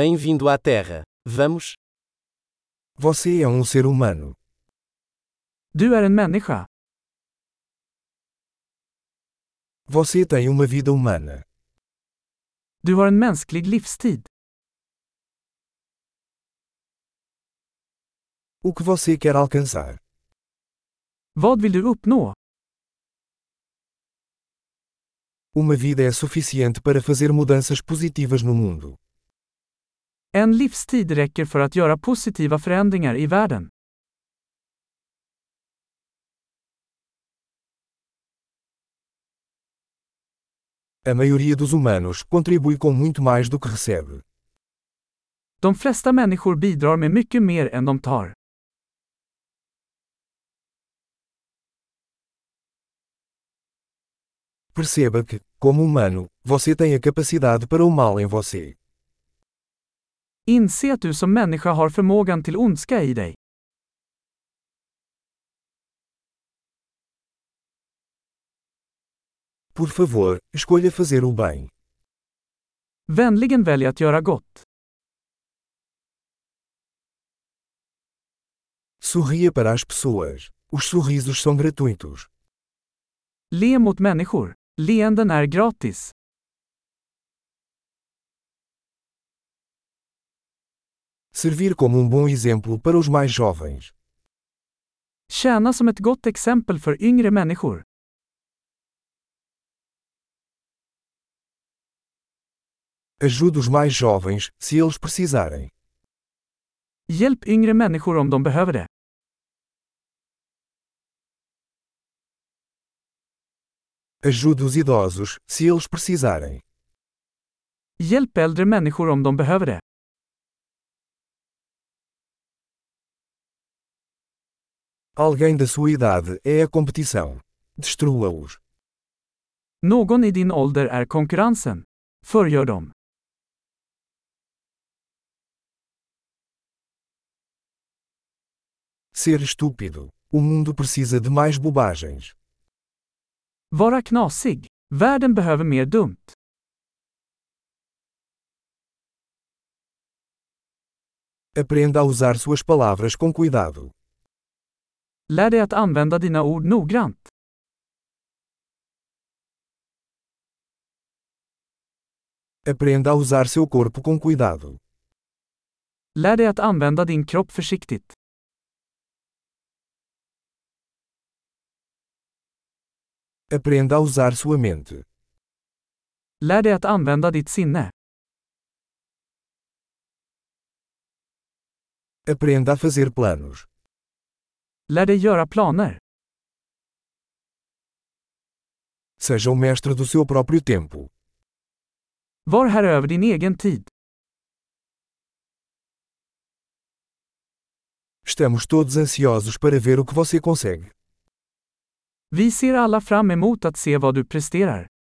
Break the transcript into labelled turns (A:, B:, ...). A: Bem-vindo à Terra. Vamos?
B: Você é um ser humano.
C: Du är en människa.
B: Você tem uma vida humana.
C: Du har en mänsklig livstid.
B: O que você quer alcançar?
C: Vad vill du uppnå?
B: Uma vida é suficiente para fazer mudanças positivas no mundo.
C: En livstid räcker för att göra positiva förändringar i världen.
B: A maioria dos humanos contribui com muito mais do que recebe.
C: De flesta människor bidrar med mycket mer än de tar.
B: Perceba que, como humano, você tem a capacidade para o mal em você.
C: Inse att du som människa har förmågan till ondska i dig.
B: Por favor, escolha fazer o bem.
C: Vänligen välj att göra gott.
B: Sorria para as pessoas. Os sorrisos são gratuitos.
C: Le mot människor. Leenden är gratis.
B: Servir como um bom exemplo para os mais jovens.
C: Tjäna som ett gott exempel för yngre människor.
B: Ajude os mais jovens, se eles precisarem.
C: Hjälp yngre människor om de behöver det.
B: Ajude os idosos, se eles precisarem.
C: Hjälp äldre människor om de behöver det.
B: Alguém da sua idade é a competição. Destrua-os.
C: Någon i din ålder är konkurrensen. Förgör dem.
B: Ser estúpido. O mundo precisa de mais bobagens.
C: Vara knasig. Världen behöver mer dumt.
B: Aprenda a usar suas palavras com cuidado.
C: Lär dig att använda dina ord noggrant.
B: Aprenda a usar seu corpo com cuidado.
C: Lär dig att använda din kropp försiktigt.
B: Aprenda a usar sua mente.
C: Lär dig att använda ditt sinne.
B: Aprenda a fazer planos.
C: Lär dig göra planer.
B: Seja o mestre do seu próprio tempo.
C: Var här över din egen tid.
B: Estamos todos ansiosos para ver o que você consegue.
C: Vi ser alla fram emot att se vad du presterar.